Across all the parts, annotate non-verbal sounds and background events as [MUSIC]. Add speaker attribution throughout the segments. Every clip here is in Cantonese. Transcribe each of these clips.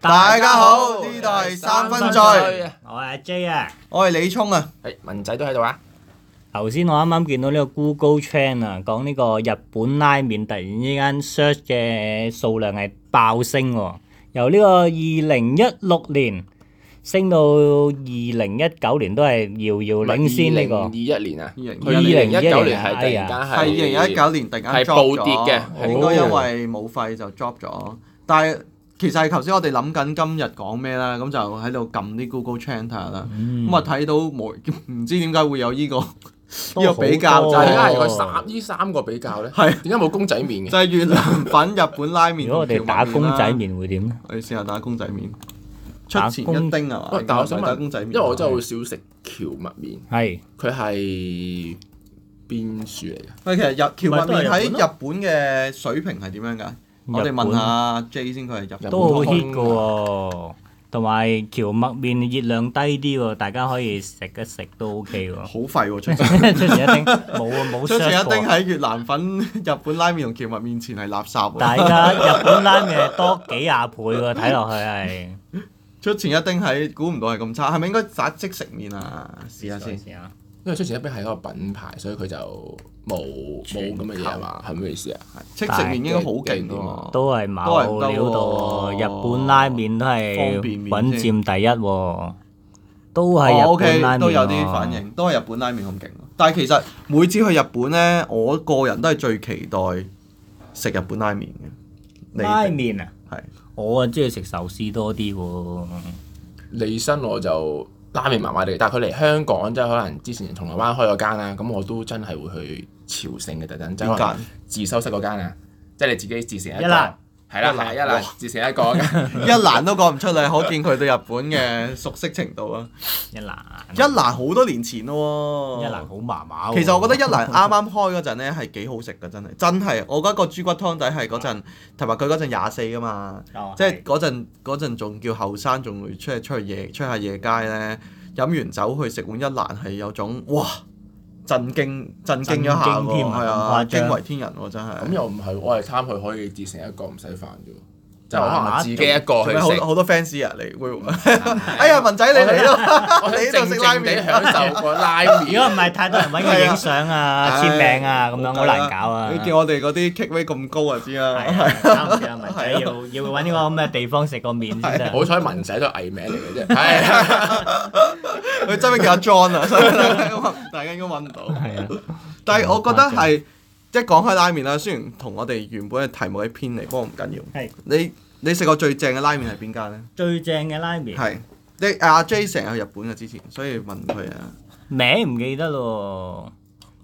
Speaker 1: 大家好，呢度係三分醉，
Speaker 2: 我係阿 J 啊，
Speaker 1: 我係李聰啊，
Speaker 3: 係文仔都喺度啊！
Speaker 2: 頭先我啱啱見到呢個 Google Trend 啊，講呢個日本拉麵突然之間 search 嘅數量係爆升喎，由呢個二零一六年升到二零一九年都係遙遙領先呢
Speaker 3: 二
Speaker 2: 個。
Speaker 3: 零二一年啊，哎佢二
Speaker 2: 二
Speaker 3: 零
Speaker 2: 零
Speaker 3: 一
Speaker 2: 一
Speaker 3: 九
Speaker 2: 九
Speaker 3: 年
Speaker 2: 年
Speaker 3: 係
Speaker 2: 係
Speaker 3: 突然間
Speaker 1: 係二零一九年突然間
Speaker 3: 係
Speaker 1: drop
Speaker 3: 暴跌嘅
Speaker 1: 咗，應該因為冇費就 drop 咗。但係其實係頭先我哋諗緊今日講咩啦，咁就喺度撳啲 Google Trend 睇下啦。
Speaker 3: 嗯
Speaker 2: 嗯
Speaker 1: 咁啊睇到冇 [LAUGHS] 唔知點解會有呢
Speaker 3: [LAUGHS]
Speaker 1: 個
Speaker 2: 都
Speaker 1: 呢個比較
Speaker 2: 好
Speaker 1: 就
Speaker 2: 多
Speaker 3: 但係點解
Speaker 1: 係
Speaker 3: 係佢三呢三個比較咧？
Speaker 1: 係
Speaker 3: 點解冇公仔麵嘅？
Speaker 1: 就係越南粉、日本拉麵。
Speaker 2: 如果我哋打公仔，麵會點咧？
Speaker 1: 我哋試下打公仔麵，出
Speaker 2: 打
Speaker 1: 前
Speaker 2: 公
Speaker 1: 一丁啊！
Speaker 3: 喂，但係我想
Speaker 1: 打
Speaker 3: 問，
Speaker 1: 公仔麵，
Speaker 3: 因為我真係好少食蕎麥麵，
Speaker 2: 係
Speaker 3: 佢係邊樹嚟嘅？
Speaker 1: 喂，其實日蕎麥
Speaker 2: 咪都
Speaker 1: 麵
Speaker 2: 係日
Speaker 1: 喺
Speaker 2: 本咯
Speaker 1: 日本嘅水平係點樣㗎？我哋問下 J 先，佢係日本
Speaker 2: 都好
Speaker 3: 日本
Speaker 2: hit 嘅喎，同埋蕎麥麵熱量低啲喎，大家可以食一食都 OK 喎。
Speaker 1: 好廢
Speaker 2: [LAUGHS]
Speaker 1: 喎，出前
Speaker 2: 出前一丁冇啊冇
Speaker 1: 出前
Speaker 2: search
Speaker 1: 一丁
Speaker 2: 過。
Speaker 1: 喺越南粉、日本拉麵同蕎麥麵前係垃圾
Speaker 2: 但
Speaker 1: 喎。
Speaker 2: 係而家日本拉麵係多幾廿倍喎，睇落去係。
Speaker 1: 出前一丁喺估唔到係咁差，係咪應該打即食麵啊？試下先。
Speaker 2: 先。
Speaker 3: 因為出前一冰係一個品牌，所以佢就冇冇咁嘅嘢嘛，係咩意思啊？
Speaker 1: 即食麵應該好勁喎。
Speaker 2: 都係冇料到喎，日本拉麵都
Speaker 1: 方便麵啫
Speaker 2: 係穩佔第一喎，都
Speaker 1: 哦
Speaker 2: 係日本拉
Speaker 1: Ờ, ，OK，
Speaker 2: 麵啊
Speaker 1: 都有啲
Speaker 2: 喎
Speaker 1: 反。應，都係日本拉麵咁勁。但係其實每次去日本咧，我個人都係最期待食日本拉麵嘅。你
Speaker 2: 拉麵啊，
Speaker 1: 係
Speaker 2: 我啊中意食壽司多啲喎。
Speaker 3: 利申我就拉麵麻麻地，但係佢嚟香港即係可能之前銅鑼灣開嗰間啦，咁我都真係會去朝聖嘅特登，即係
Speaker 1: 邊
Speaker 3: 可能
Speaker 2: [LAUGHS]
Speaker 1: 間？
Speaker 3: 自修室嗰間啊，即係你自己自成一個，
Speaker 2: 一蘭
Speaker 3: 係啦，係啦一蘭自成一
Speaker 1: [LAUGHS]
Speaker 3: 個嘅，
Speaker 1: 一蘭都講唔出嚟，可見佢對日本嘅熟悉程度啊！
Speaker 2: 一蘭，
Speaker 1: 一蘭好多年前咯
Speaker 2: 一
Speaker 1: 喎，
Speaker 2: 蘭好麻麻喎。
Speaker 1: 其實我覺得一蘭啱啱開嗰陣咧係幾好食㗎，真係真係。我覺得個豬骨湯底係嗰陣，同埋佢嗰陣廿四㗎嘛，
Speaker 2: 哦
Speaker 1: 即係嗰陣嗰陣仲叫後生，仲會出去出去夜出下夜街咧，飲完酒去食碗一蘭係有種哇震驚震驚一下
Speaker 2: 震驚
Speaker 1: 喎，
Speaker 2: 添
Speaker 1: 係
Speaker 2: 啊
Speaker 1: 啊
Speaker 2: 咁誇張
Speaker 1: 驚為天人喎真
Speaker 3: 咁
Speaker 1: 係。
Speaker 3: 又唔係，我係貪佢可以自成一個唔使飯啫喎，即係我可
Speaker 2: 麻
Speaker 3: 能
Speaker 2: 麻
Speaker 3: 自己一個
Speaker 1: 做
Speaker 3: 去
Speaker 1: 咩
Speaker 3: 食
Speaker 1: 好，好多 fans 啊？你會
Speaker 2: [LAUGHS]
Speaker 1: 哎呀文仔你嚟咯，
Speaker 3: 我
Speaker 1: 你
Speaker 3: 喺
Speaker 1: 呢度
Speaker 3: 度
Speaker 1: 食
Speaker 3: 食
Speaker 1: 拉
Speaker 3: 拉
Speaker 1: 麵
Speaker 3: 麵享受過拉
Speaker 2: 如果
Speaker 3: 麵，
Speaker 2: 唔係太多人揾佢影相啊、
Speaker 1: 唉
Speaker 2: 簽名啊，咁樣好難搞啊。
Speaker 1: 你見我哋嗰啲 kick rate 咁高啊知啦。
Speaker 2: 係啊，搞唔掂啊，咪仔要要揾呢個咁嘅地方食個面先得。
Speaker 1: 啊
Speaker 3: 好彩文仔都係藝名嚟
Speaker 1: [LAUGHS]
Speaker 3: 嘅啫，係
Speaker 1: 佢真名叫阿 John 啊，所以 [LAUGHS] 大家應該揾唔到。
Speaker 2: 係啊，
Speaker 1: 但係我覺得係即係講開拉麵啦，雖然同我哋原本嘅題目係偏離，不過唔緊要。
Speaker 2: 係
Speaker 1: 你你食過最正嘅拉麵係邊間咧？
Speaker 2: 最正嘅拉麵
Speaker 1: 係你阿 J 成日去日本嘅之前，所以問佢啊。
Speaker 2: 名唔記得咯，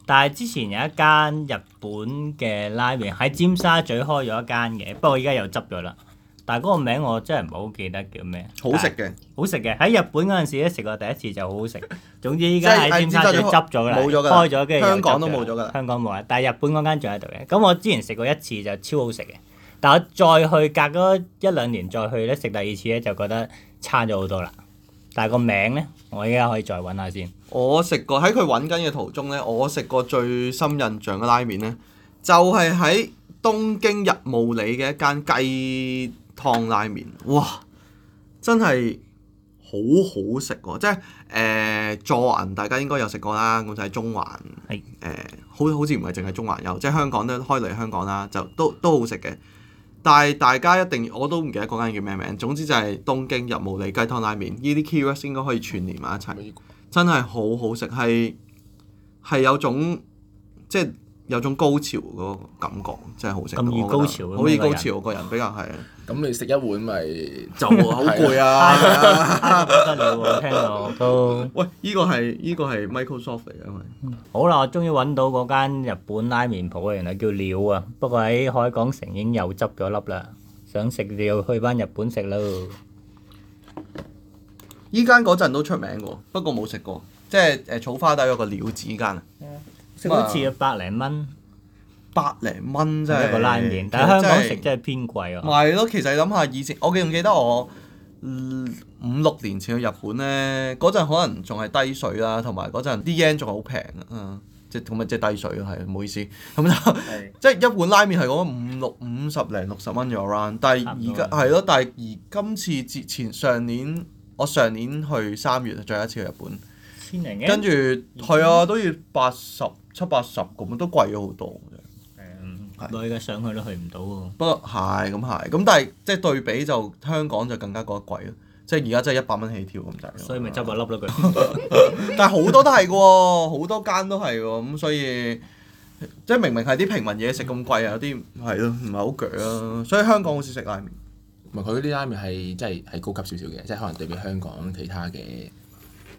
Speaker 2: 但係之前有一間日本嘅拉麵喺尖沙咀開咗一間嘅，不過而家又執咗啦。但係嗰個名我真係唔係好記得叫咩。
Speaker 1: 好食，嘅，
Speaker 2: 好食嘅喺日本嗰陣時咧食過第一次就好好
Speaker 1: [LAUGHS]
Speaker 2: 食。總之依
Speaker 1: 即
Speaker 2: 家
Speaker 1: 係哎
Speaker 2: 喺尖沙咀
Speaker 1: 喺尖沙
Speaker 2: 執咗啦，
Speaker 1: 冇咗㗎啦
Speaker 2: 開咗跟住又
Speaker 1: 香港都
Speaker 2: 執咗啦
Speaker 1: 冇咗㗎啦
Speaker 2: 香港冇啦，但係日本嗰間仲喺度嘅。咁我之前食過一次就超好食嘅，但我再去隔嗰一兩年再去咧食第二次咧就覺得差咗好多啦。但係個名咧，我依家可以再揾
Speaker 1: [LAUGHS]
Speaker 2: 下先。
Speaker 1: 我食過喺佢揾緊嘅途中咧，我食過最深印象嘅拉麵咧，就係、喺東京日暮里嘅一間雞湯拉麵，哇！真係好好食喎，即係誒、呃佐銀大家應該有食過啦，咁就係中環誒
Speaker 2: 係、
Speaker 1: 好好似唔係淨係中環有，即係香港都開嚟香港啦，就都都好食嘅。但係大家一定我都唔記得嗰間叫咩名，總之就係東京日暮里雞湯拉麵，呢啲 keywords 應該可以串連埋一齊。真係好好食，係係有種即係有種高潮嗰個感覺，真係好食。
Speaker 2: 咁易
Speaker 1: 我覺得
Speaker 2: 高潮嘅
Speaker 1: 好易
Speaker 2: 咩個
Speaker 1: 高
Speaker 2: 人
Speaker 1: 潮，個人比較係
Speaker 3: 咁你食一碗咪
Speaker 1: 就好攰
Speaker 2: [LAUGHS] 唉
Speaker 1: 啊！
Speaker 2: 唉不得了喎，聽到都
Speaker 1: 喂，呢個係呢個係 Microsoft 嚟嘅，因為
Speaker 2: 好啦！我終於揾到嗰間日本拉麵鋪啊，原來叫鳥啊，不過喺海港城已經又執咗笠啦。想食鳥去翻日本食咯。
Speaker 1: 依間嗰陣都出名嘅喎，不過冇食過。即係誒草花底有個料子間啊，
Speaker 2: 食一次啊，百零蚊
Speaker 1: 百零蚊真係
Speaker 2: 一個拉麵，但係香港食真係偏貴啊。
Speaker 1: 咪係咯，其實你諗下以前，我記唔記得我嗯五六年前去日本咧，嗰陣可能仲係低水啦，同埋嗰陣啲 yen 仲好平啊，嗯即係咁啊，即係低水咯，係唔好意思。咁就 [LAUGHS] 即係一碗拉麵係講五六五十零六十蚊左右 round，但係
Speaker 2: 差唔多
Speaker 1: 而家係咯，但係而今次節前上年我上年去三月最後一次去日本，
Speaker 2: 千零
Speaker 1: 跟
Speaker 2: 嘅，
Speaker 1: 住係啊都要八十七八十咁，都貴咗好多。
Speaker 2: 女嘅想去都去唔到喎。
Speaker 1: 不過係咁係，咁但係即係對比就香港就更加覺得貴咯，即係而家真係一百蚊起跳咁滯咯。
Speaker 2: 所以咪執下
Speaker 1: [LAUGHS]
Speaker 2: 粒咯佢。
Speaker 1: 但係好多都係嘅喎，好多間都係喎，咁所以即係明明係啲平民嘢食咁貴啊，有啲係咯，唔係好鋸啊，所以香港好似食拉麵。
Speaker 3: 唔係佢啲拉麵係即係係高級少少嘅，即係可能對比香港其他嘅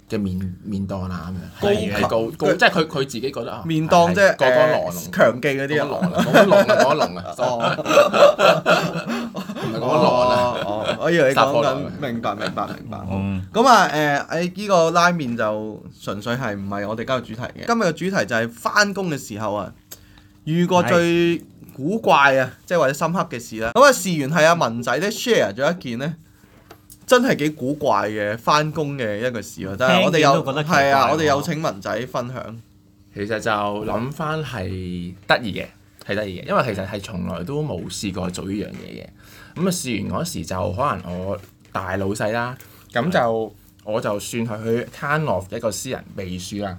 Speaker 3: 嘅麵麵檔啦咁樣，係係高高，即係佢佢自己覺得啊，
Speaker 1: 面檔啫，
Speaker 3: 係係過江龍
Speaker 1: 誒強記嗰
Speaker 3: 嗰
Speaker 1: 啲
Speaker 3: 龍
Speaker 1: 啊。
Speaker 3: [LAUGHS] 啊，嗰龍啊，嗰龍啊，sorry， [LAUGHS]
Speaker 1: 哦，
Speaker 3: 唔係嗰龍啊，
Speaker 1: 哦，哦我以為你
Speaker 3: 殺
Speaker 1: 講
Speaker 3: 破狼
Speaker 1: 緊
Speaker 3: 啊
Speaker 1: 明白明白明白。好
Speaker 2: 嗯
Speaker 1: 咁啊誒誒，依個拉麵就純粹係唔係我哋今日主題嘅？今日嘅主題就係翻工嘅時候啊，遇過最古怪啊，即係或者深刻嘅事啦。咁啊，事源係阿文仔咧 share 咗一件咧。真係幾古怪嘅翻工嘅一個事喎，但係我哋
Speaker 2: 聽見
Speaker 1: 有
Speaker 2: 都覺得奇怪
Speaker 1: 係啊，我哋
Speaker 2: 喎
Speaker 1: 有請文仔分享。
Speaker 3: 其實就諗翻係得意嘅，係得意嘅，因為其實係從來都冇試過做呢樣嘢嘅。咁啊試完嗰時就可能我大老細啦，咁就我就算係佢 kind of 一個私人秘書啦。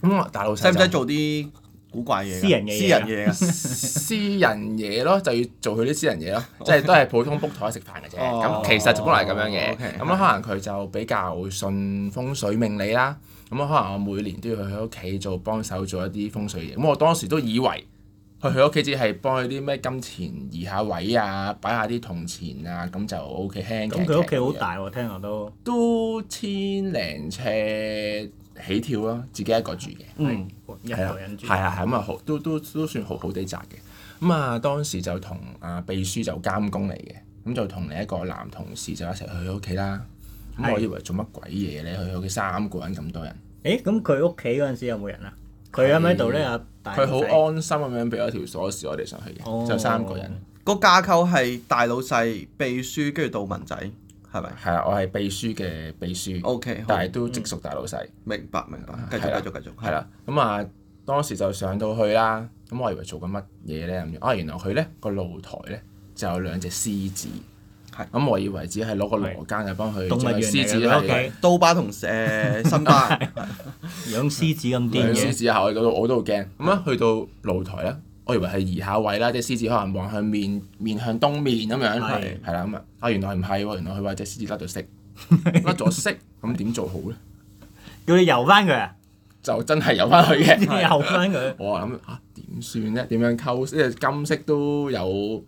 Speaker 3: 咁我大老細
Speaker 1: 使唔使
Speaker 3: 就
Speaker 1: 做啲古怪嘢㗎？
Speaker 2: 私人嘅嘢
Speaker 1: 私人嘢啊！
Speaker 3: 私人嘢咯，就要做佢啲私人嘢咯，
Speaker 2: 哦
Speaker 3: 即係都係普通 book 台食飯嘅啫。咁、
Speaker 1: 哦
Speaker 3: 其實就本來係咁樣
Speaker 2: 哦
Speaker 3: 嘅，
Speaker 1: OK，
Speaker 3: 咁、可能佢就比較信風水命理啦。咁可能我每年都要去佢屋企做幫手做一啲風水嘢。咁我當時都以為去佢屋企只係幫佢啲咩金錢移下位啊，擺下啲銅錢啊，咁就 O K 輕
Speaker 2: 咁
Speaker 3: 嘅。
Speaker 2: 佢屋企好，大喎，聽落都。
Speaker 3: 都千零尺起跳咯，自己一個住嘅。
Speaker 1: 嗯，
Speaker 2: 一
Speaker 3: 係啊
Speaker 2: 個人住。
Speaker 3: 係啊，係咁啊，好都都都算好好地宅嘅。咁啊，當時就同啊秘書就監工嚟嘅，咁就同另一個男同事就一齊去佢屋企啦。咁
Speaker 2: 係
Speaker 3: 我以為做乜鬼嘢咧？去佢屋企三個人咁多人，
Speaker 2: 誒，咁佢屋企嗰陣時有冇人啊？佢喺唔喺度咧？阿大
Speaker 3: 佢好
Speaker 2: 佬仔
Speaker 3: 安心咁樣俾咗條鎖匙我哋上去
Speaker 2: 哦
Speaker 3: 嘅，就三個人。
Speaker 1: 個架構係大老細、秘書跟住到文仔，係咪
Speaker 3: 係啊，我係秘書嘅秘
Speaker 2: 哦
Speaker 3: 書，
Speaker 1: ？OK，好
Speaker 3: 但係都直屬大老細。
Speaker 1: 明白明白，繼
Speaker 3: 係啦
Speaker 1: 續繼續繼續，
Speaker 3: 係啦，咁啊，當時就上到去啦，咁我以為做緊乜嘢咧咁樣，啊原來佢咧個露台咧就有兩隻獅子，
Speaker 1: 係
Speaker 3: 咁我以為只係攞個羅間就幫佢
Speaker 2: 動物
Speaker 3: 將
Speaker 2: 園
Speaker 3: 佢
Speaker 2: 嚟
Speaker 3: 獅子
Speaker 2: 嘅佢屋
Speaker 3: 係
Speaker 2: 企
Speaker 1: 刀疤同誒辛巴，
Speaker 2: 養獅子咁
Speaker 3: 兩
Speaker 2: 癲
Speaker 3: 獅
Speaker 2: 嘅，
Speaker 3: 子後，我度我都驚，咁啊去到露台啦，我以為係移下位啦，即係獅子可能望向面面向東面咁樣，
Speaker 2: 係
Speaker 3: 係啦咁啊，啊原來唔係喎，原來佢話隻獅子甩咗
Speaker 2: [LAUGHS]
Speaker 3: 色，甩咗色，咁點做好咧？
Speaker 2: 叫你遊翻佢啊！
Speaker 3: 就真係有翻去
Speaker 2: [LAUGHS]
Speaker 3: 嘅。
Speaker 2: 遊翻佢，
Speaker 3: 我啊諗啊點算咧？點樣溝？即係金色都有。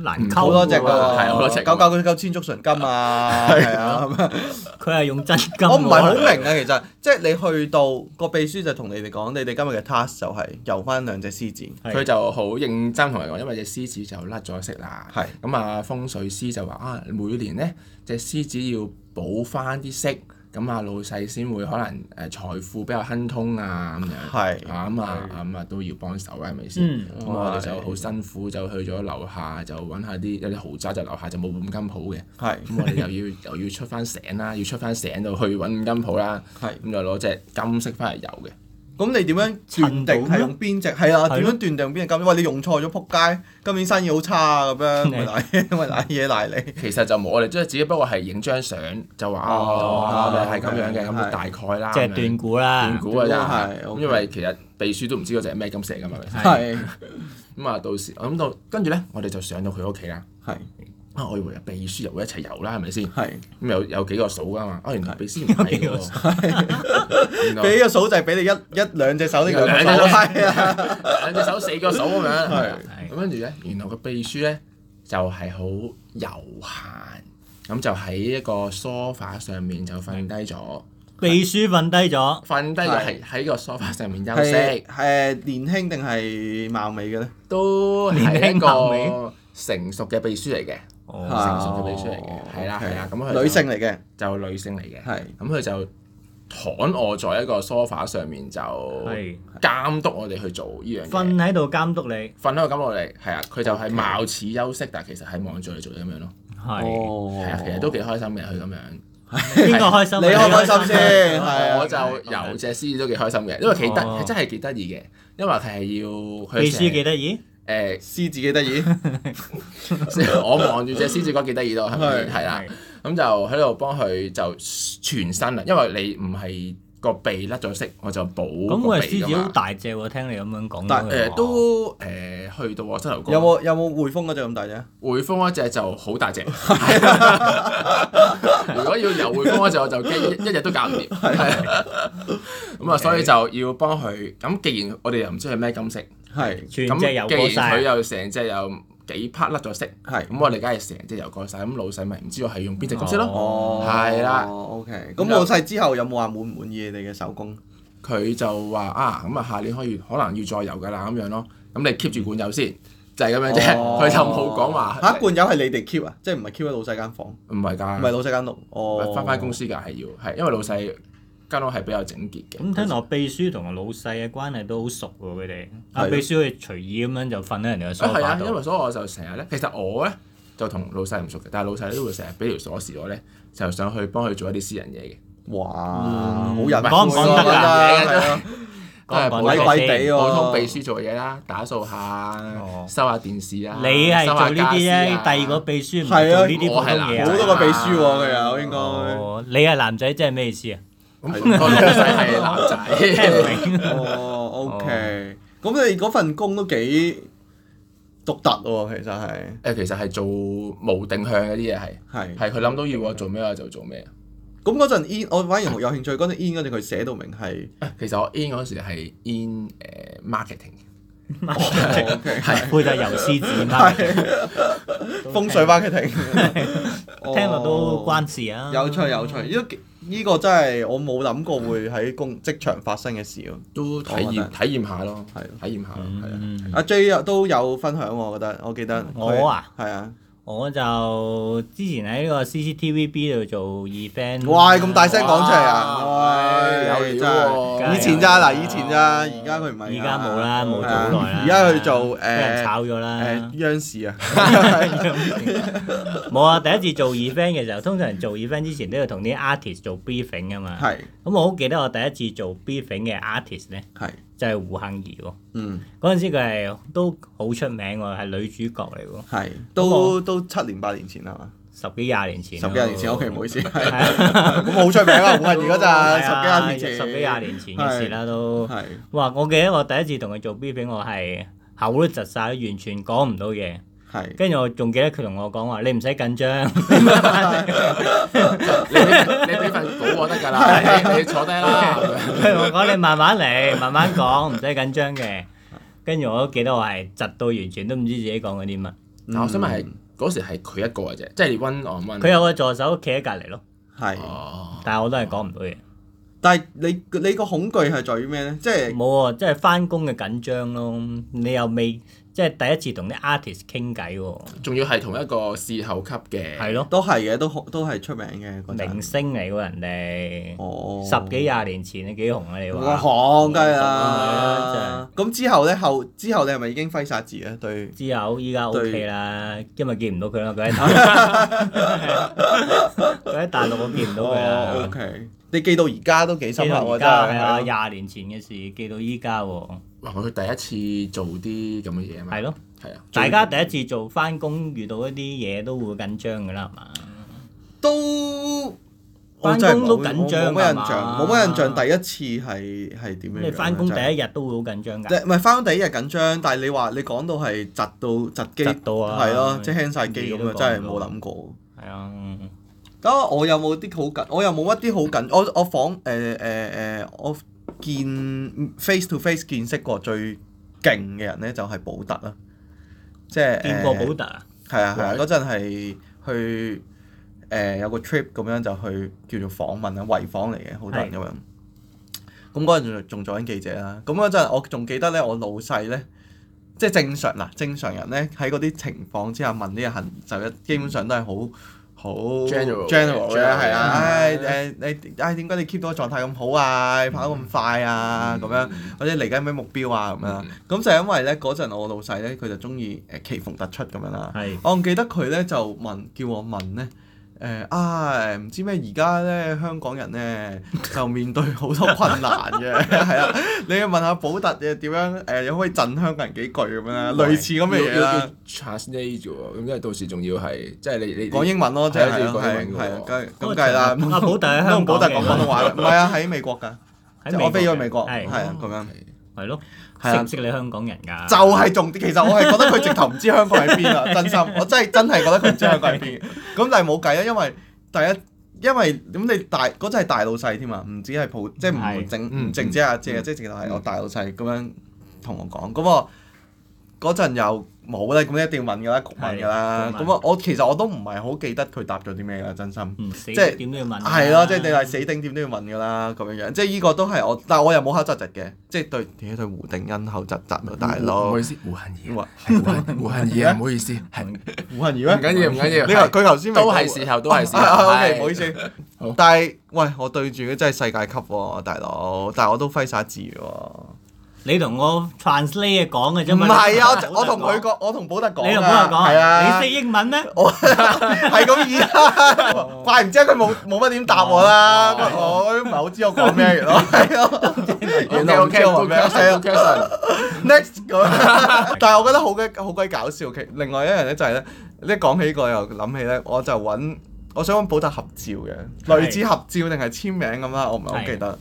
Speaker 2: 難
Speaker 3: 唔
Speaker 2: 溝
Speaker 1: 好
Speaker 3: 好
Speaker 1: 多
Speaker 2: 喎
Speaker 1: 隻㗎喎，
Speaker 3: 係好多隻㗎
Speaker 1: 九九九九千足唇金啊，係啊，咁樣
Speaker 2: 佢係用真金。
Speaker 1: 我唔係好明啊，其實即係你去到個秘書就同你哋講，你哋今日嘅 task 就係遊翻兩隻獅子，
Speaker 2: 係
Speaker 3: 佢就好認真同人講，因為隻獅子就甩咗色啦。
Speaker 1: 係
Speaker 3: 咁啊，風水師就話啊，每年呢隻獅子要補翻啲色，咁啊老細先會可能誒財富比較亨通啊咁樣。
Speaker 1: 係
Speaker 3: 啊咁啊咁啊都要幫手啦，係咪先？
Speaker 2: 嗯
Speaker 3: 咁我哋就好辛苦就去咗樓下就揾下啲有啲豪宅就樓下就冇五
Speaker 1: [LAUGHS]
Speaker 3: 金鋪嘅，
Speaker 1: 係
Speaker 3: 咁我哋又要又要出翻醒啦，要出翻醒度去揾五金鋪啦，
Speaker 1: 係。
Speaker 3: 咁就攞隻金色翻嚟油嘅。
Speaker 1: 咁你點樣斷定係用邊只？係啊，
Speaker 2: 係
Speaker 1: 點
Speaker 2: 咯
Speaker 1: 樣斷定用邊只金？喂，你用錯咗，撲街！今年生意好差啊，咁樣咪賴，咪賴嘢賴你。
Speaker 3: 其實就冇，我哋即係只不過係影張相就話
Speaker 1: 哦
Speaker 3: 啊，我哋係咁樣嘅，
Speaker 1: 係
Speaker 3: 咁就大概啦。
Speaker 2: 即
Speaker 3: 咁
Speaker 2: 係
Speaker 3: 樣
Speaker 2: 斷估啦
Speaker 3: 斷。估嘅
Speaker 1: 啊係
Speaker 3: 啫，
Speaker 1: ，OK
Speaker 3: 因為其實秘書都唔知嗰隻係咩金蛇㗎嘛。係咪先
Speaker 1: 係
Speaker 3: 咁啊，到時咁到跟住咧，我哋就上到佢屋企啦。
Speaker 1: 係
Speaker 3: 啊，我以為秘書又會一齊遊啦，係咪先？咁
Speaker 1: 係。
Speaker 3: 有有幾個數㗎嘛？啊，原來秘書唔係
Speaker 2: 有幾個
Speaker 3: 喎，原來
Speaker 1: 俾個數就係俾你一一兩隻手呢個
Speaker 3: 兩隻
Speaker 1: 手
Speaker 3: 手
Speaker 1: 係啊，
Speaker 3: 兩隻手四個數咁樣。
Speaker 1: 係
Speaker 3: 咁跟住咧，原來個秘書咧就係好悠閒，咁就喺一個 sofa 上面就瞓低咗。
Speaker 2: 秘書瞓低咗，
Speaker 3: 瞓低就
Speaker 1: 係
Speaker 3: 係喺個 sofa 上面休
Speaker 1: 係
Speaker 3: 息，
Speaker 1: 誒年輕定係貌美嘅咧？
Speaker 3: 都係
Speaker 2: 年輕
Speaker 3: 一
Speaker 2: 貌美
Speaker 3: 個成熟嘅秘書嚟嘅，
Speaker 1: Ờ。
Speaker 2: 哦，
Speaker 3: 成熟嘅秘書嚟嘅，係啦係啦，咁佢就
Speaker 1: 女性嚟嘅，
Speaker 3: 就女性嚟嘅，
Speaker 1: 係
Speaker 3: 咁佢就躺卧在一個 sofa 上面就
Speaker 2: 係
Speaker 3: 監督我哋去做呢樣
Speaker 2: 瞓
Speaker 3: 嘢。
Speaker 2: 喺度監督你，
Speaker 3: 瞓喺度監督我哋，係啊，佢就係貌似休息，但其實係望住你做咁樣咯。
Speaker 2: 係
Speaker 1: 哦
Speaker 3: 係啊，其實都幾開心嘅佢咁樣。
Speaker 2: 邊個開心啊？
Speaker 1: 你開唔開心先？係啊
Speaker 3: 我就有隻獅子都幾開心嘅，因為幾得，
Speaker 2: 哦
Speaker 3: 係真係幾得意嘅，因為佢係要佢
Speaker 2: 秘書
Speaker 3: 成
Speaker 2: 幾得意？
Speaker 3: 誒，
Speaker 1: 獅子幾得意，
Speaker 3: [LAUGHS] 我望住隻獅子哥幾得意咯，係咪先？係啊啦，咁就喺度幫佢就全身啊，因為你唔係個鼻甩咗色，我就補
Speaker 2: 咁我
Speaker 3: 個
Speaker 2: 係
Speaker 3: 鼻㗎
Speaker 2: 獅子好
Speaker 3: 嘛。
Speaker 2: 大隻喎，聽你咁樣講
Speaker 1: 但
Speaker 2: 到
Speaker 3: 誒
Speaker 2: 佢話
Speaker 3: 都誒去到我膝頭哥，
Speaker 1: 有冇有冇匯豐嗰只咁大隻？
Speaker 3: 匯豐嗰只就好
Speaker 2: [LAUGHS]
Speaker 3: 大隻， [LAUGHS] 如果要由匯豐嗰只我就驚一日都搞唔
Speaker 2: [LAUGHS]
Speaker 3: 掂，係啊咁啊，所以就要幫佢。咁既然我哋又唔知佢咩金色，
Speaker 1: 係
Speaker 2: 全
Speaker 3: 咁既
Speaker 2: 隻
Speaker 3: 然
Speaker 2: 游過
Speaker 3: 佢
Speaker 2: 晒，
Speaker 3: 又成隻又幾 part 甩咗色，
Speaker 1: 係。
Speaker 3: 咁我哋梗係成隻油過晒，咁老細咪唔知我係用邊隻角色咯。
Speaker 1: 哦，
Speaker 3: 係啦
Speaker 1: ，OK。咁老細之後有冇話滿唔滿意你哋嘅手工？
Speaker 3: 佢就話啊，咁啊下年可以可能要再油噶啦咁樣咯，咁你 keep 住管油先，就係咁樣啫。
Speaker 1: 哦
Speaker 3: 佢就冇講話
Speaker 1: 嚇，罐友係你哋 keep 啊，即係唔係 keep 喺老細間房，唔
Speaker 3: 唔係
Speaker 1: 係
Speaker 3: 㗎，
Speaker 1: 老細間屋。哦，
Speaker 3: 翻翻公司㗎係要係，因為老細間屋係比較整潔嘅。啊
Speaker 2: 咁聽落秘書同老細嘅關係都好熟喎，佢哋阿
Speaker 1: 係咯
Speaker 2: 秘書佢隨意咁樣就瞓喺人哋嘅梳
Speaker 3: 啊係
Speaker 2: 化
Speaker 3: 啊，因
Speaker 2: 度
Speaker 3: 為，所以我就成日咧，其實我咧就同老細唔熟嘅，但係老細都會成日俾條鎖匙我咧，就想去幫佢做一啲私人嘢嘅，
Speaker 1: 哇，好人
Speaker 2: 講唔講得
Speaker 3: 啊
Speaker 1: 係啊，
Speaker 3: 都係
Speaker 2: 講
Speaker 3: 普
Speaker 2: 講
Speaker 1: 鬼
Speaker 2: 得
Speaker 3: 通
Speaker 1: 鬼地
Speaker 3: 普通秘
Speaker 1: 喎。
Speaker 3: 書做嘅嘢啦，打掃下、
Speaker 2: 哦
Speaker 3: 收下電視啊，
Speaker 2: 你係
Speaker 3: 收下
Speaker 2: 做呢啲
Speaker 3: 家私啊
Speaker 2: 啫，第二個秘書唔
Speaker 1: 係啊
Speaker 2: 做呢啲普
Speaker 3: 我
Speaker 2: 通
Speaker 3: 係
Speaker 2: 嘢
Speaker 3: 男
Speaker 1: 好
Speaker 2: 啊
Speaker 1: 多個秘書喎，佢有
Speaker 3: 啊
Speaker 1: 應該。
Speaker 2: 哦，你係男仔即係咩意思
Speaker 1: [LAUGHS]
Speaker 2: 啊？
Speaker 3: 咁個老細係男
Speaker 2: [LAUGHS] 聽
Speaker 3: 仔， [LAUGHS]
Speaker 2: 唔明。
Speaker 1: 哦，OK。咁你嗰份工都幾獨特喎，其實係
Speaker 3: 誒呃其實係做無定向嘅啲嘢係，
Speaker 1: 係。
Speaker 3: 係佢諗到要我做咩我就做咩。
Speaker 1: 咁嗰陣 in，我反而有興趣嗰陣 in 嗰陣，佢寫到明係。
Speaker 3: 其實我 in 嗰時係 in 誒 marketing， [LAUGHS]
Speaker 1: 哦 OK
Speaker 2: 配就油獅子貓，
Speaker 1: [LAUGHS] 風水 marketing，
Speaker 2: [LAUGHS]
Speaker 1: 哦
Speaker 2: 聽落都關事啊！
Speaker 1: 有趣有趣，呢個呢個真係我冇諗過會喺工職場發生嘅事咯。
Speaker 3: 都體
Speaker 1: 我覺得
Speaker 3: 驗體驗下咯，
Speaker 1: 係咯
Speaker 3: 體驗下咯，係啊。
Speaker 2: 嗯，
Speaker 1: 阿 J 又都有分享喎，我覺得我記得佢
Speaker 2: 我啊，
Speaker 1: 係啊，
Speaker 2: 我就之前喺呢個 CCTVB 度做 event，
Speaker 1: 哇咁大聲講出嚟啊！
Speaker 3: 哇
Speaker 1: 哇
Speaker 3: 有料
Speaker 1: 真
Speaker 3: 喎
Speaker 1: 係以前咋嗱，以前咋，而家佢唔係啊。
Speaker 2: 而家冇啦，冇做好耐啦。
Speaker 1: 而家佢做誒呃
Speaker 2: 俾人炒咗啦
Speaker 1: 誒。央視啊，
Speaker 2: 冇啊！第一次做 event 嘅時候，通常做 event 之前都要同啲 artist 做 briefing 噶嘛。
Speaker 1: 係
Speaker 2: 咁我好記得我第一次做 briefing 嘅 artist 咧，
Speaker 1: 係
Speaker 2: 就係胡杏兒喎。
Speaker 1: 嗯
Speaker 2: 嗰陣時佢係都好出名喎，係女主角嚟喎，
Speaker 1: 係都都七年八年前啦嘛，
Speaker 2: 十幾廿年前
Speaker 1: 十
Speaker 2: 咯。
Speaker 1: 幾年前，OK 唔好意思， [LAUGHS]
Speaker 2: [LAUGHS]
Speaker 1: 係
Speaker 2: 係啊。
Speaker 1: 咁好出名啊，胡杏兒嗰陣十幾廿年前，
Speaker 2: 十幾廿年前嘅事啦都。
Speaker 1: 係
Speaker 2: 哇！我記得我第一次同佢做 B 片，我係口都窒晒，完全講唔到嘢。
Speaker 1: 係。
Speaker 2: 跟住我仲記得佢同我講話：你唔使
Speaker 1: [LAUGHS]
Speaker 2: 緊張，
Speaker 3: 你俾你俾份稿我得㗎啦，
Speaker 1: [LAUGHS]
Speaker 3: 你你坐低
Speaker 1: 嗯
Speaker 3: 啦。
Speaker 2: 佢同我講你慢慢嚟，慢慢講，唔使緊張嘅。跟住我都記得我係窒到完全都唔知自己講緊啲乜。
Speaker 1: 嗯
Speaker 3: 但我想問係嗰時係佢一個嘅啫，即係你 one on one。
Speaker 2: 佢有個助手企喺隔離咯，
Speaker 1: 係，
Speaker 3: 哦，
Speaker 2: 但係我都係講唔到嘢。
Speaker 1: 但係你你個恐懼係在於咩咧？即係
Speaker 2: 冇喎，即係翻工嘅緊張咯。你又未即係第一次同啲 artist 傾偈喎，
Speaker 3: 仲要係同一個視後級嘅，
Speaker 2: 係咯，
Speaker 1: 都係嘅，都好都係出名嘅嗰陣。
Speaker 2: 明星嚟喎人哋，
Speaker 1: 哦，
Speaker 2: 十幾廿年前你幾紅啊你
Speaker 1: 哇，
Speaker 2: 話？
Speaker 1: 行梗係
Speaker 2: 係
Speaker 1: 啦
Speaker 2: 啊。
Speaker 1: 咁之後咧，後之後你係咪已經揮殺字啊？對，
Speaker 2: 之後依家 OK
Speaker 1: 對
Speaker 2: 啦，因為見唔到佢
Speaker 1: [LAUGHS]
Speaker 2: 啦，佢喺大佢喺大陸我見唔到佢
Speaker 1: 哦
Speaker 2: 啦。
Speaker 1: ，OK，你記到而家都幾深
Speaker 2: 啊
Speaker 1: 刻
Speaker 2: 記到
Speaker 1: 喎，
Speaker 2: 而
Speaker 1: 真
Speaker 2: 家係啊，
Speaker 1: 係。
Speaker 2: 廿年前嘅事記到依家喎，
Speaker 3: 哇！佢第一次做啲咁嘅嘢啊嘛，
Speaker 2: 係咯，
Speaker 3: 係啊，
Speaker 2: 大家第一次做翻工遇到一啲嘢都會緊張㗎啦，係嘛？
Speaker 1: 都我
Speaker 2: 返
Speaker 1: 真係
Speaker 2: 工都
Speaker 1: 冇
Speaker 2: 緊張
Speaker 1: 冇乜
Speaker 2: 㗎
Speaker 1: 印
Speaker 2: 嘛
Speaker 1: 象，冇乜印象。第一次係係點樣樣
Speaker 2: 你
Speaker 1: 咧？
Speaker 2: 翻工第
Speaker 1: 真係
Speaker 2: 一日啊都會好緊張
Speaker 1: 即
Speaker 2: 㗎，
Speaker 1: 係唔係翻工第一日緊張，但係你話你講到係窒到窒機，
Speaker 2: 窒到啊
Speaker 1: 係咯，即係輕晒機咁
Speaker 2: 自己都
Speaker 1: 啊，
Speaker 2: 講唔
Speaker 1: 真係
Speaker 2: 到
Speaker 1: 冇諗過。
Speaker 2: 係啊，嗯
Speaker 1: 咁啊我有冇啲好緊？我又冇乜啲好緊。我我訪誒誒誒，呃我見 face to face 見識過最勁嘅人咧，就係保特啦，即係呃
Speaker 2: 見過
Speaker 1: 誒
Speaker 2: 保特啊，
Speaker 1: 係啊係啊，
Speaker 3: 喂
Speaker 1: 嗰陣係去誒、呃有個 trip 咁樣就去叫做訪問啊，圍訪嚟嘅，好多人咁樣。咁嗰陣仲仲做緊記者啦，咁嗰陣我仲記得咧，我老細咧，即係正常嗱，正常人咧喺嗰啲情況之下問呢個行就一基本上都係好好
Speaker 3: General 嘅
Speaker 1: general 嘅
Speaker 3: general
Speaker 1: 係啊，
Speaker 3: 嘅
Speaker 1: 唉誒你唉點解你 keep 到個狀態咁好啊？你跑得咁快
Speaker 3: 嗯
Speaker 1: 啊咁樣，或者嚟緊有咩目標啊咁樣啦。咁就因為咧嗰陣我老細咧佢就中意誒奇逢突出咁樣啦。
Speaker 2: 係
Speaker 1: 我仲記得佢咧就問叫我問咧誒、誒啊誒唔知咩而家咧香港人
Speaker 3: [LAUGHS]
Speaker 1: 咧就面對好多困難嘅， [LAUGHS] 係啊，你要問下保特嘅點樣誒，有可以震香港人幾句咁樣啦，類似咁嘅嘢
Speaker 3: 嗯要
Speaker 1: 啦
Speaker 3: 要，translate 啫喎，咁即係到時仲要係即係你你
Speaker 1: 講英文咯，即係
Speaker 3: 係啊
Speaker 1: 係咯
Speaker 3: 要講
Speaker 1: 係
Speaker 3: 英
Speaker 1: 係
Speaker 3: 文
Speaker 1: 啊
Speaker 3: 嘅喎
Speaker 1: 梗係咁梗係啦，
Speaker 2: 阿保特喺
Speaker 1: 都
Speaker 2: 香
Speaker 1: 同保
Speaker 2: 港
Speaker 1: 特
Speaker 2: 嘅
Speaker 1: 講廣東話嘅，唔係啊喺美國㗎，
Speaker 2: 喺
Speaker 1: 即係我飛咗去
Speaker 2: 嘅
Speaker 1: 美國，
Speaker 3: 哦
Speaker 1: 係
Speaker 2: 係
Speaker 1: 啊咁樣。
Speaker 2: 係咯，
Speaker 1: 係啊
Speaker 2: 識唔識你香港人㗎？
Speaker 1: [LAUGHS] 就係重點，其實我係覺得佢直頭唔知香港喺邊啊！真心，我真係真係覺得佢唔知香港喺邊。咁但係冇計啊，因為第一，因為咁你大嗰陣係大老細添啊，唔止係普，即係唔
Speaker 2: 係
Speaker 1: 淨
Speaker 3: 嗯
Speaker 1: 唔淨止阿姐，啊即係直頭係我大老細咁樣同我講。咁我嗰陣又冇咧，咁一定要問㗎啦，局問㗎啦。
Speaker 2: 係
Speaker 1: 咁我我其實我都唔係好記得佢答咗啲咩啦，真心。
Speaker 2: 唔死
Speaker 1: 即係
Speaker 2: 點都要問㗎。
Speaker 1: 係咯，即係你係死頂點都要問㗎啦，咁樣樣，即係呢個都係我，但係我又冇口窒窒嘅，即係對，屌對胡定欣口窒窒啊，大
Speaker 3: 唔
Speaker 1: 佬
Speaker 3: 好意。思，胡杏兒，
Speaker 1: 哇
Speaker 3: 係胡杏胡杏兒啊，唔好意思，係唔
Speaker 1: 胡杏兒咩？
Speaker 3: 緊要唔緊要，
Speaker 1: 你話佢頭先咪
Speaker 3: 都係時候，都係時
Speaker 1: [LAUGHS]
Speaker 3: 候
Speaker 1: 啊啊，OK，
Speaker 3: 係
Speaker 1: 唔好意思
Speaker 3: 好。
Speaker 1: 但係喂，我對住佢真係世界級喎，大佬，但係我都揮灑自如喎。
Speaker 2: 你同我 translate 嘅講嘅啫
Speaker 1: 唔
Speaker 2: 嘛。
Speaker 1: 係啊，
Speaker 2: 你
Speaker 1: 我我同佢講，我同寶特講
Speaker 2: 你同我
Speaker 1: 啊
Speaker 2: 講
Speaker 1: 係啊，
Speaker 2: 啊，你識英文咩？
Speaker 1: 我 [LAUGHS] 係咁意啦，怪唔知佢冇冇乜點答我啦，
Speaker 2: 哦
Speaker 1: 我都唔係好知我講咩嘅咯，係咯。
Speaker 3: 原來唔知我咩
Speaker 1: 係啊
Speaker 3: Good question，
Speaker 1: next 咁 [LAUGHS] 樣但係我覺得好鬼好鬼搞笑。其另外一樣咧就係咧，一講起個又諗起咧，我就揾我想揾保特合照嘅，
Speaker 2: 係
Speaker 1: 類似合照定係簽名咁啦，我唔係好記得。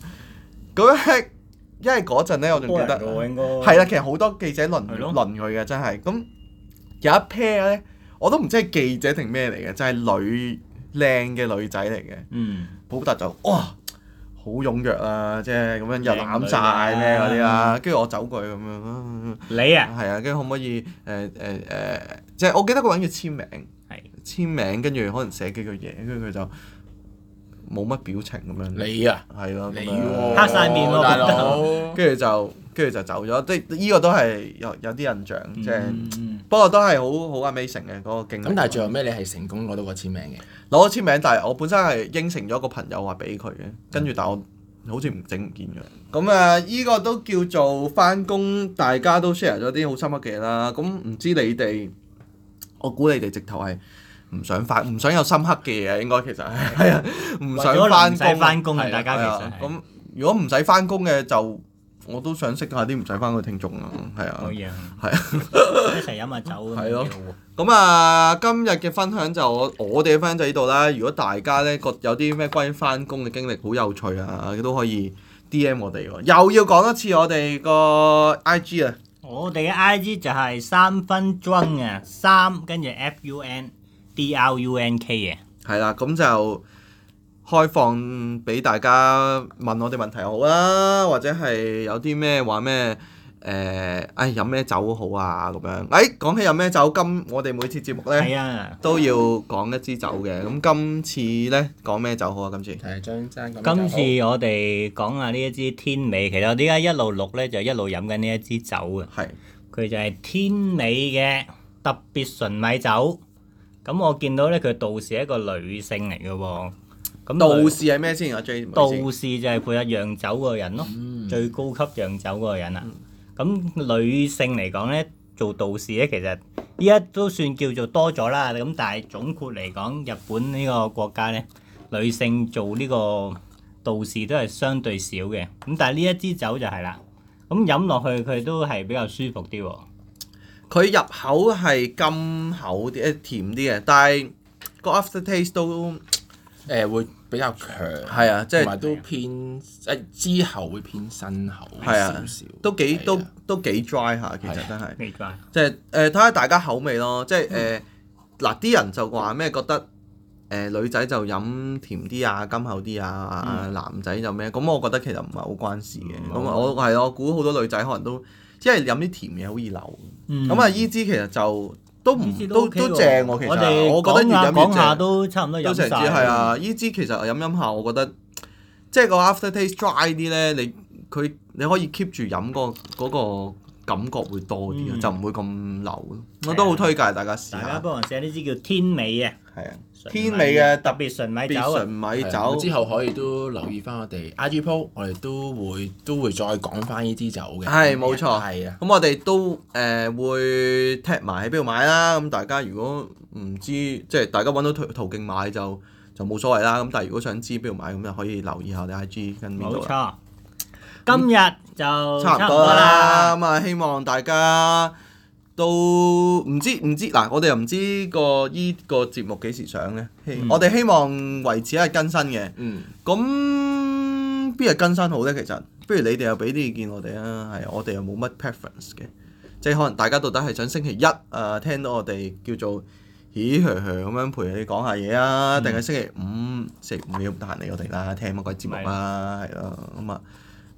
Speaker 1: 咁咧，因為嗰陣咧我仲記得，
Speaker 2: 應該
Speaker 1: 係啦，其實好多記者輪
Speaker 2: 係咯
Speaker 1: 輪佢嘅，真係。咁有一 pair 咧，我都唔知係記者定咩嚟嘅，就係、女靚嘅女仔嚟嘅。
Speaker 2: 嗯，
Speaker 1: 保特就哇好踴躍啦，即係咁樣又
Speaker 2: 靚女
Speaker 1: 攬
Speaker 2: 啊
Speaker 1: 晒咩嗰啲啦，跟住我走過去咁樣，啊
Speaker 2: 你啊，
Speaker 1: 係啊，跟住可唔可以誒誒誒，即係我記得個人要簽名，
Speaker 2: 係
Speaker 1: 簽名跟住可能寫幾句嘢，跟住佢就冇乜表情咁樣，
Speaker 3: 你啊，
Speaker 1: 係咯，
Speaker 3: 你
Speaker 1: 咁
Speaker 3: 喎，
Speaker 1: 樣
Speaker 2: 黑晒面喎
Speaker 3: 大佬，
Speaker 1: 跟住就跟住就走咗，即係呢個都係有有啲印象，即係
Speaker 2: 嗯嗯
Speaker 1: 不過都係好好 amazing 嘅嗰個經歷。
Speaker 3: 咁但係最後尾你係成功攞到個簽名嘅，
Speaker 1: 攞咗簽名，但係我本身係應承咗個朋友話俾佢嘅，跟住但係我好似唔整唔見咗。嗯咁啊，依、個都叫做翻工，大家都 share 咗啲好深刻嘅嘢啦。咁唔知你哋，我估你哋直頭係唔想翻，唔想有深刻嘅嘢，應該其實係係
Speaker 2: [LAUGHS]
Speaker 1: 啊，唔
Speaker 2: 為咗
Speaker 1: 想
Speaker 2: 唔
Speaker 1: 翻
Speaker 2: 使
Speaker 1: 工。
Speaker 2: 翻工啊，
Speaker 3: 係啊
Speaker 2: 大家其
Speaker 1: 係
Speaker 2: 實
Speaker 1: 啊
Speaker 2: 係
Speaker 1: 咁如果唔使翻工嘅就，我都想識下啲唔使翻工嘅聽眾啊，係啊
Speaker 2: 可。以啊，
Speaker 1: 係
Speaker 2: 一齊飲下酒咁
Speaker 1: 係咯
Speaker 2: 幾好喎
Speaker 1: 咁啊，今日嘅分享就我我哋嘅分享就呢度啦。如果大家咧覺有啲咩關於翻工嘅經歷好有趣啊，都可以 D M 我哋喎。又要講一次我哋個 I G 啊，
Speaker 2: 我哋嘅 I G 就係三分鐘啊，三跟住 F U N D R U N K à. 啊，
Speaker 1: 係啦，咁就開放俾大家問我哋問題又好啦，或者係有啲咩話咩誒，唉飲咩酒好啊咁樣。誒、講起飲咩酒，今我哋每次節目咧
Speaker 2: 係啊，
Speaker 1: 都要講一支酒嘅。咁今次咧講咩酒好啊？今次？
Speaker 3: 係張爭咁就好。
Speaker 2: 今次我哋講下呢一支天美，其實我點解一路錄咧就一路飲緊呢一支酒啊？
Speaker 1: 係
Speaker 2: 佢就係天美嘅特別純米酒。咁我見到咧，佢道士係一個女性嚟嘅喎。
Speaker 3: 啊
Speaker 2: 咁
Speaker 1: 道
Speaker 2: 佢
Speaker 1: 士係咩先？阿 J，唔好
Speaker 2: 道
Speaker 1: 意思
Speaker 2: 士就係配合釀酒嗰個人咯，
Speaker 3: 嗯
Speaker 2: 最高級釀酒嗰個人啊。
Speaker 1: 嗯
Speaker 2: 咁、女性嚟講咧，做道士咧，其實依家都算叫做多咗啦。咁但係總括嚟講，日本呢個國家咧，女性做呢個道士都係相對少嘅。咁但係呢一支酒就係啦，咁飲落去佢都係比較舒服啲喎。
Speaker 1: 佢入口係甘口啲，誒甜啲嘅，但係個 after taste 都
Speaker 3: 誒會比較強，
Speaker 1: 係啊，即
Speaker 3: 同埋
Speaker 1: 係
Speaker 3: 都偏誒之後會偏辛口
Speaker 1: 係啊
Speaker 3: 少少，
Speaker 1: 都幾
Speaker 3: 係啊
Speaker 1: 都都幾 dry 下，其
Speaker 3: 係
Speaker 1: 實
Speaker 3: 啊
Speaker 1: 真係。
Speaker 2: 未怪。
Speaker 1: 即係誒睇下大家口味咯，即係
Speaker 3: 嗯
Speaker 1: 誒嗱啲人就話咩覺得誒、呃女仔就飲甜啲啊、甘口啲啊，
Speaker 3: 嗯
Speaker 1: 男仔就咩？咁我覺得其實唔係好關事嘅。
Speaker 2: 嗯
Speaker 3: 哦
Speaker 1: 咁、我係咯，我估好多女仔可能都因為飲啲甜嘢好易流。
Speaker 2: 嗯
Speaker 1: 咁啊、依支其實就都唔
Speaker 2: 呢支
Speaker 1: 都
Speaker 2: OK
Speaker 1: 都正喎，其實
Speaker 2: 我哋
Speaker 1: 我覺得
Speaker 2: 講
Speaker 1: 越
Speaker 2: 下
Speaker 1: 飲
Speaker 2: 講
Speaker 1: 越
Speaker 2: 下
Speaker 1: 正，
Speaker 2: 都差唔多飲
Speaker 1: 都成
Speaker 2: 晒。
Speaker 1: 支係，啊！依支其實飲飲下，我覺得即係個 after taste dry 啲咧，你佢你可以 keep 住飲嗰嗰個感覺會多啲啊，
Speaker 2: 嗯
Speaker 1: 就唔會咁流咯。
Speaker 2: 係啊
Speaker 1: 我都好推介大家試
Speaker 2: 大家
Speaker 1: 下，
Speaker 2: 幫我寫呢支叫天美啊，
Speaker 1: 係啊，
Speaker 2: 純
Speaker 1: 天
Speaker 2: 米
Speaker 1: 美嘅
Speaker 2: 特別純米酒
Speaker 1: 別純
Speaker 2: 啊，
Speaker 1: 米
Speaker 3: 係啊之
Speaker 1: 酒
Speaker 3: 後可以都留意翻我哋 IG post，我哋都會都會再講翻呢支酒嘅。
Speaker 1: 係冇錯，
Speaker 3: 係啊，
Speaker 1: 咁我哋都誒、呃、會 tag 埋喺邊度買啦。咁大家如果唔知，即係大家揾到途途徑買就就冇所謂啦。咁但係如果想知邊度買，咁就可以留意下我哋 IG 跟邊
Speaker 2: 冇
Speaker 1: 度啦。
Speaker 2: 錯。今日就
Speaker 1: 差唔多啦，，咁啊希望大家都唔知唔知嗱，我哋又唔知個依個節目幾時上咧，希我哋希望維持一日更新嘅。
Speaker 3: 嗯，
Speaker 1: 咁邊日更新好咧？其實不如你哋又俾啲意見我哋啊，係我哋又冇乜 preference 嘅，即係可能大家到底係想星期一啊、呃、聽到我哋叫做咦呵呵咁樣陪你講下嘢啊，定係星期五星期五你都唔得閒理我哋啦，聽乜鬼節目啦，係咯咁啊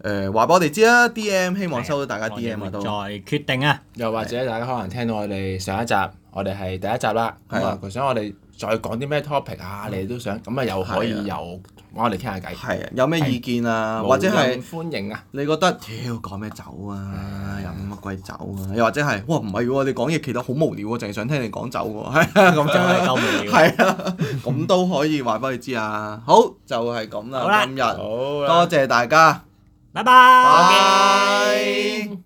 Speaker 1: 誒話俾我哋知啊，DM 希望收到大家 DM 啊
Speaker 2: 我哋
Speaker 1: 都
Speaker 2: 會再決定
Speaker 3: [LAUGHS]
Speaker 2: 啊，
Speaker 3: 又或者大家可能聽到我哋上一集，我哋係第一集啦，
Speaker 1: 係啊
Speaker 3: 咁
Speaker 1: 嗯
Speaker 3: 啊佢想我哋再講啲咩 topic 啊，你都想，咁啊又可以
Speaker 1: 係啊
Speaker 3: 又揾我哋傾下偈，
Speaker 1: 係啊，有咩意見啊，
Speaker 3: 無
Speaker 1: 或者係
Speaker 3: 任。歡迎啊，
Speaker 1: 你覺得屌講咩酒啊，飲乜鬼酒啊？又或者係哇唔係喎，你講嘢其實好無聊喎，淨係想聽你講酒喎，係啊咁
Speaker 2: 真係
Speaker 1: 樣，
Speaker 2: 夠無聊。
Speaker 1: 係啊，咁都可以話俾佢知啊。好就係咁
Speaker 2: 好
Speaker 1: 啦，
Speaker 2: 啦
Speaker 1: 今日
Speaker 3: 好啦
Speaker 1: 多謝大家，
Speaker 2: 拜拜。
Speaker 1: 拜。